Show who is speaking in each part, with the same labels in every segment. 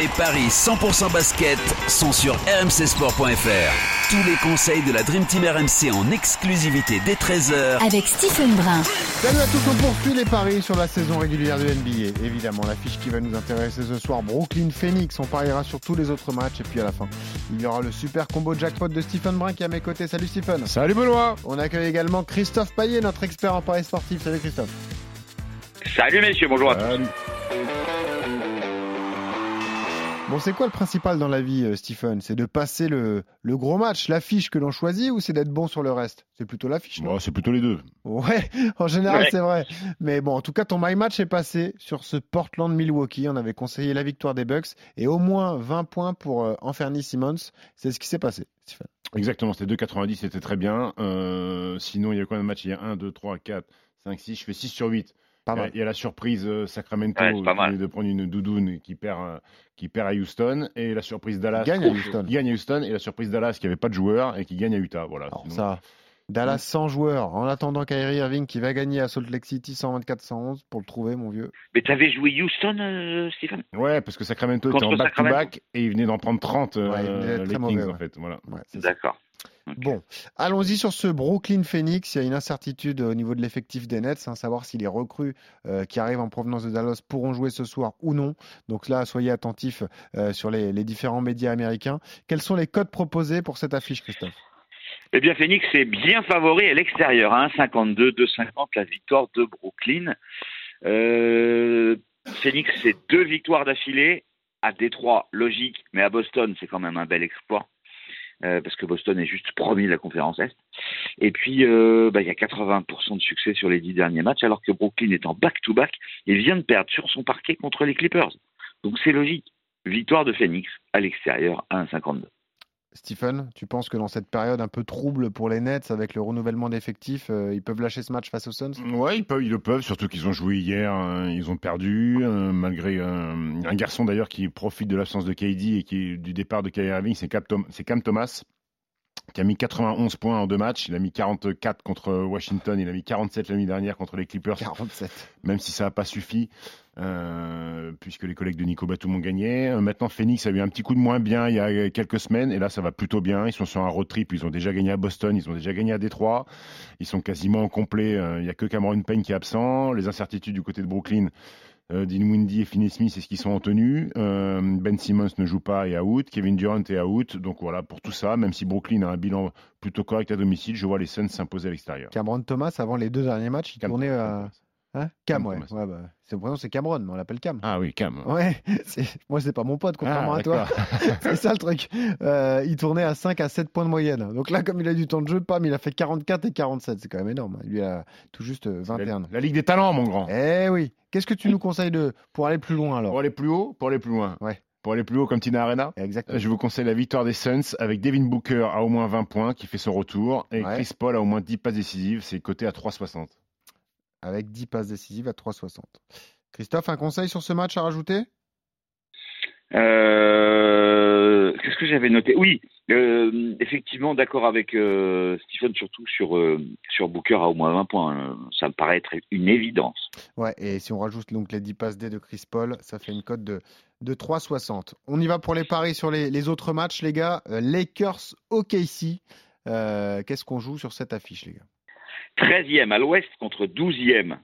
Speaker 1: Les paris 100% basket sont sur rmcsport.fr. Tous les conseils de la Dream Team RMC en exclusivité dès 13h
Speaker 2: Avec Stephen Brun.
Speaker 3: Salut à tous, on poursuit les paris sur la saison régulière de NBA. Évidemment, l'affiche qui va nous intéresser ce soir, Brooklyn Phoenix. On pariera sur tous les autres matchs et puis à la fin, il y aura le super combo jackpot de Stephen Brun qui est à mes côtés. Salut Stephen.
Speaker 4: Salut Benoît
Speaker 3: On accueille également Christophe Payet, notre expert en paris sportif. Salut Christophe.
Speaker 5: Salut messieurs, bonjour à tous.
Speaker 4: Bah,
Speaker 3: Salut. Bon, c'est quoi le principal dans la vie, euh, Stephen C'est de passer le, le gros match, l'affiche que l'on choisit, ou c'est d'être bon sur le reste C'est plutôt l'affiche, non
Speaker 4: Bon, bah, C'est plutôt les deux.
Speaker 3: Ouais, en général,
Speaker 5: Ouais.
Speaker 3: c'est vrai. Mais bon, en tout cas, ton my match est passé sur ce Portland-Milwaukee. On avait conseillé la victoire des Bucks et au moins 20 points pour euh, Anthony Simmons. C'est ce qui s'est passé, Stephen.
Speaker 4: Exactement, c'était 2,90, c'était très bien. Euh, sinon, il y a quoi de match Il y a 1, 2, 3, 4, 5, 6. Je fais 6 sur 8.
Speaker 3: Pas
Speaker 4: Il y a-
Speaker 3: mal.
Speaker 4: Il y a la surprise euh, Sacramento
Speaker 5: Ouais, c'est pas
Speaker 4: qui
Speaker 5: mal.
Speaker 4: venait de prendre une doudoune qui perd, euh, qui perd à Houston. Et la surprise Dallas
Speaker 3: Gagne à Houston.
Speaker 4: qui gagne à Houston. Et la surprise Dallas qui n'avait pas de joueur et qui gagne à Utah. Voilà.
Speaker 3: Alors,
Speaker 4: Sinon-
Speaker 3: ça, Dallas 100 joueurs. En attendant Kyrie Irving qui va gagner à Salt Lake City 124-111 pour le trouver, mon vieux.
Speaker 5: Mais t'avais joué Houston, euh, Stéphane
Speaker 4: Ouais, parce que Sacramento
Speaker 5: Contre
Speaker 4: était en
Speaker 5: Sacramento.
Speaker 4: back-to-back et il venait d'en prendre 30 euh,
Speaker 3: Ouais, il venait d'être
Speaker 4: les
Speaker 3: très
Speaker 4: Kings
Speaker 3: mauvais, ouais.
Speaker 4: en fait. Voilà.
Speaker 3: Ouais, c'est ça.
Speaker 5: D'accord.
Speaker 3: Bon, allons-y sur ce Brooklyn Phoenix. Il y a une incertitude au niveau de l'effectif des Nets, hein, savoir si les recrues euh, qui arrivent en provenance de Dallas pourront jouer ce soir ou non. Donc là, soyez attentifs euh, sur les, les différents médias américains. Quels sont les codes proposés pour cette affiche, Christophe
Speaker 5: Eh bien, Phoenix est bien favori à l'extérieur, hein, 52, 2,50, la victoire de Brooklyn. Euh, Phoenix, c'est deux victoires d'affilée. À Détroit, logique, mais à Boston, c'est quand même un bel exploit. euh, parce que Boston est juste premier de la conférence Est. Et puis, euh, bah, il y a 80% de succès sur les dix derniers matchs, alors que Brooklyn est en back-to-back et vient de perdre sur son parquet contre les Clippers. Donc, c'est logique. Victoire de Phoenix à l'extérieur à 1,52.
Speaker 3: Stephen, tu penses que dans cette période un peu trouble pour les Nets, avec le renouvellement d'effectifs, euh, ils peuvent lâcher ce match face aux Suns
Speaker 4: Ouais, ils, peuvent, ils le peuvent, surtout qu'ils ont joué hier, hein, ils ont perdu, euh, malgré euh, un garçon d'ailleurs qui profite de l'absence de KD et qui, du départ de Kyrie Irving, c'est Cap Tom- c'est Cam Thomas, qui a mis 91 points en deux matchs, il a mis 44 contre Washington, il a mis 47 l'année dernière contre les Clippers,
Speaker 3: 47.
Speaker 4: même si ça n'a pas suffi, euh, puisque les collègues de Nico Batum ont gagné. Euh, Maintenant, Phoenix a eu un petit coup de moins bien il y a quelques semaines, et là, ça va plutôt bien. Ils sont sur un road trip, ils ont déjà gagné à Boston, ils ont déjà gagné à Détroit, ils sont quasiment en complet. Euh, Il n'y a que Cameron Payne qui est absent, les incertitudes du côté de Brooklyn. Euh, Dean Windy et Finney Smith, c'est ce qu'ils sont en tenue. Euh, ben Simmons ne joue pas et out. Kevin Durant est out. Donc voilà, pour tout ça, même si Brooklyn a un bilan plutôt correct à domicile, je vois les Suns s'imposer à l'extérieur.
Speaker 3: Cameron Thomas, avant les deux derniers matchs, il
Speaker 4: Cam
Speaker 3: tournait
Speaker 4: Thomas.
Speaker 3: à. Hein Cam,
Speaker 4: Cam
Speaker 3: ouais.
Speaker 4: Thomas.
Speaker 3: ouais bah, c'est- prénom, c'est Cameron, mais on l'appelle Cam.
Speaker 4: Ah oui, Cam.
Speaker 3: Ouais, c'est- moi c'est pas mon pote, Oh, contrairement
Speaker 4: Ah,
Speaker 3: à toi.
Speaker 4: d'accord.
Speaker 3: C'est ça le truc. Euh, il tournait à 5 à 7 points de moyenne. Donc là, comme il a du temps de jeu, pam, il a fait 44 et 47. C'est quand même énorme. Il lui a tout juste euh,
Speaker 4: La,
Speaker 3: 21.
Speaker 4: la Ligue des Talents, mon grand.
Speaker 3: Eh oui. Qu'est-ce que tu nous conseilles de pour aller plus loin
Speaker 4: Pour
Speaker 3: alors
Speaker 4: aller plus haut, pour aller plus loin.
Speaker 3: Ouais. Eh
Speaker 4: Pour aller plus haut comme Tina Arena.
Speaker 3: Exactement.
Speaker 4: Je vous conseille la victoire des Suns avec Devin Booker à au moins 20 points qui fait son retour et
Speaker 3: Ouais.
Speaker 4: Chris Paul à au moins 10 passes décisives. C'est coté à 3,60.
Speaker 3: Avec 10 passes décisives à 3,60. Christophe, un conseil sur ce match à rajouter
Speaker 5: Euh, qu'est-ce que j'avais noté Oui, euh, effectivement, d'accord avec euh, Stephen, surtout sur, euh, sur Booker à au moins 20 points. Euh, Ça me paraît être une évidence.
Speaker 3: Ouais, et si on rajoute donc les 10 passes D de Chris Paul, ça fait une cote de, de 3,60. On y va pour les paris sur les, les autres matchs, les gars. Euh, Lakers OKC. Euh, Qu'est-ce qu'on joue sur cette affiche, les gars
Speaker 5: 13e à l'ouest contre 12e.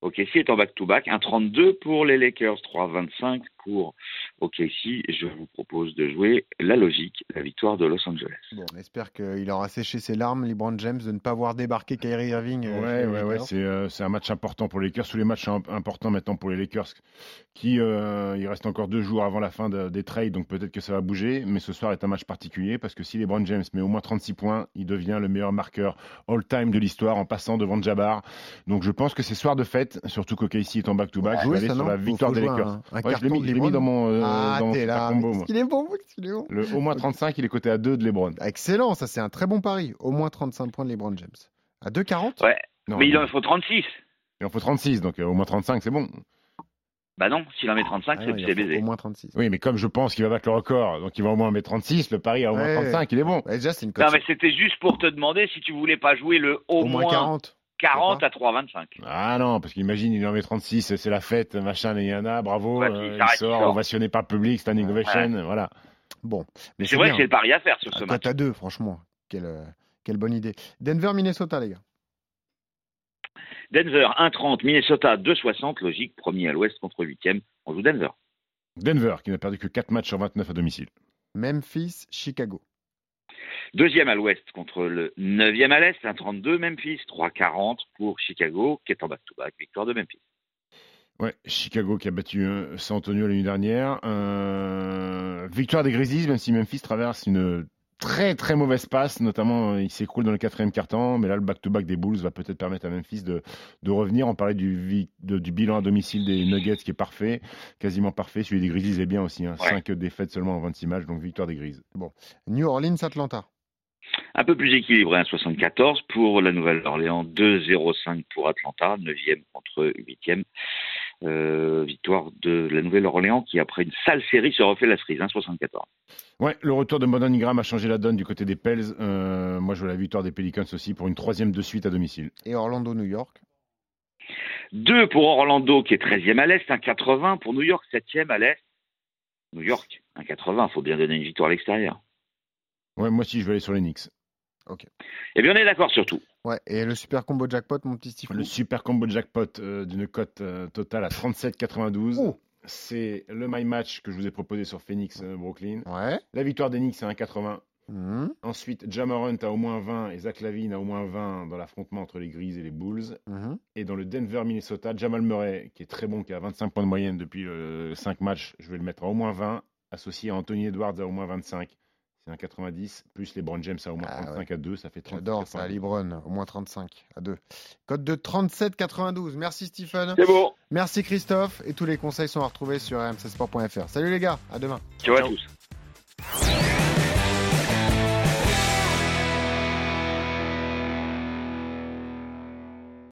Speaker 5: OKC est en back-to-back. 1,32 pour les Lakers, 3,25 pour OKC. Je vous propose de jouer la logique, la victoire de Los Angeles.
Speaker 3: Bon, on espère qu'il aura séché ses larmes, LeBron James, de ne pas voir débarquer Kyrie Irving. euh, chez
Speaker 4: Ouais,
Speaker 3: les
Speaker 4: ouais, ouais,
Speaker 3: Lakers.
Speaker 4: c'est euh, c'est un match important pour les Lakers. Tous les matchs sont imp- importants maintenant pour les Lakers, qui euh, il reste encore deux jours avant la fin de- des trades, donc peut-être que ça va bouger. Mais ce soir est un match particulier parce que si LeBron James met au moins 36 points, il devient le meilleur marqueur all-time de l'histoire en passant devant Jabbar. Donc je pense que c'est soir de fête, surtout que Casey est en back-to-back. je vais
Speaker 3: Jouer,
Speaker 4: aller
Speaker 3: Ah, ça,
Speaker 4: sur
Speaker 3: non
Speaker 4: la
Speaker 3: Faut-
Speaker 4: victoire
Speaker 3: faut
Speaker 4: des
Speaker 3: jouer hein.
Speaker 4: Lakers.
Speaker 3: un- un
Speaker 4: Ouais, je l'ai
Speaker 3: carton
Speaker 4: mis,
Speaker 3: de
Speaker 4: je l'ai mis
Speaker 3: LeBron.
Speaker 4: dans mon euh,
Speaker 3: Ah,
Speaker 4: dans
Speaker 3: t'es
Speaker 4: Super
Speaker 3: là.
Speaker 4: Combo,
Speaker 3: Qu'est-ce
Speaker 4: moi.
Speaker 3: qu'il est bon, qu'est-ce qu'il est bon.
Speaker 4: Le, au moins 35, il est coté à 2 de Lebron.
Speaker 3: Excellent, ça c'est un très bon pari. Au moins 35 points de LeBron James. À 2,40
Speaker 5: Ouais,
Speaker 4: Non,
Speaker 5: mais il en faut 36.
Speaker 4: il en faut 36, donc euh, au moins 35, c'est bon.
Speaker 5: Bah non, s'il en met 35,
Speaker 3: Ah
Speaker 5: c'est
Speaker 3: non, il en
Speaker 5: c'est
Speaker 3: faut
Speaker 5: baisé.
Speaker 3: Au moins 36.
Speaker 4: Oui, mais comme je pense qu'il va battre le record, donc il va au moins mettre 36, le pari à au moins
Speaker 3: Ouais.
Speaker 4: 35, il est bon.
Speaker 3: Ouais, déjà, c'est une cote.
Speaker 5: Non, mais c'était juste pour te demander si tu voulais pas jouer le
Speaker 3: au,
Speaker 5: au,
Speaker 3: moins 40.
Speaker 5: 40 à 3,25.
Speaker 4: Ah non, parce qu'imagine, il en met 36, c'est la fête, machin, il y en a, bravo,
Speaker 5: Ouais,
Speaker 4: euh,
Speaker 5: il
Speaker 4: il,
Speaker 5: s'arrête, il
Speaker 4: sort,
Speaker 5: sort.
Speaker 4: ovationné par le public, standing ovation, voilà.
Speaker 3: Bon.
Speaker 5: Mais c'est vrai
Speaker 3: bien.
Speaker 5: que c'est le pari à faire sur
Speaker 3: Ah,
Speaker 5: ce match.
Speaker 3: Cote à 2, franchement. Quelle, euh, quelle bonne idée. Denver, Minnesota, les gars.
Speaker 5: Denver 1,30, Minnesota 2,60, logique, premier à l'ouest contre huitième. On joue Denver.
Speaker 4: Denver, qui n'a perdu que 4 matchs sur 29 à domicile.
Speaker 3: Memphis, Chicago.
Speaker 5: Deuxième à l'ouest contre le neuvième à l'est, 1,32 Memphis, 3,40 pour Chicago, qui est en back-to-back, victoire de Memphis.
Speaker 4: Ouais, Chicago qui a battu euh, San Antonio l'année dernière. Euh, victoire des Grizzlies, même si Memphis traverse une très très mauvaise passe, notamment euh, il s'écroule dans le quatrième quart-temps, mais là le back-to-back des Bulls va peut-être permettre à Memphis de, de revenir. On parlait du, vi- de- du bilan à domicile des Nuggets qui est parfait, quasiment parfait. Celui des Grizzlies est bien aussi, hein.
Speaker 5: Ouais.
Speaker 4: 5 défaites seulement en 26 matchs, donc victoire des Grizzlies. Bon,
Speaker 3: New Orleans, Atlanta.
Speaker 5: Un peu plus équilibré, 1,74 pour la Nouvelle-Orléans, 2,05 pour Atlanta, 9e contre 8e. Euh, victoire de la Nouvelle-Orléans qui, après une sale série, se refait la cerise, 1,74.
Speaker 4: Ouais, le retour de Brandon Ingram a changé la donne du côté des Pels. Euh, moi, je vois la victoire des Pelicans aussi pour une troisième de suite à domicile.
Speaker 3: Et Orlando, New York.
Speaker 5: 2 pour Orlando qui est 13e à l'est, 1,80 pour New York, 7e à l'est. New York, 1,80, faut bien donner une victoire à l'extérieur.
Speaker 4: Ouais, moi aussi, je vais aller sur les Knicks.
Speaker 5: Eh bien, on est d'accord sur tout.
Speaker 3: Ouais, et le super combo jackpot, mon petit Steve.
Speaker 4: Le super combo jackpot euh, d'une cote euh, totale à 37,92.
Speaker 3: Oh.
Speaker 4: C'est le My Match que je vous ai proposé sur Phoenix euh, Brooklyn.
Speaker 3: Ouais.
Speaker 4: La victoire des Knicks à 1,80.
Speaker 3: Mhm,
Speaker 4: Ensuite, Jamorant à au moins 20 et Zach Lavine à au moins 20 dans l'affrontement entre les Grises et les Bulls.
Speaker 3: mhm.
Speaker 4: Et dans le Denver Minnesota, Jamal Murray, qui est très bon, qui a 25 points de moyenne depuis 5 matchs, je vais le mettre à au moins 20, associé à Anthony Edwards à au moins 25. C'est 1,90, plus les Brown James à au moins
Speaker 3: Ah
Speaker 4: 35 à 2, ça fait 30.
Speaker 3: J'adore ça, Libron, au moins 35 à 2. Cote de 37,92. Merci Stephen,
Speaker 5: C'est bon.
Speaker 3: merci Christophe, et tous les conseils sont à retrouver sur rmcsport.fr. Salut les gars, à demain.
Speaker 5: Ciao à tous.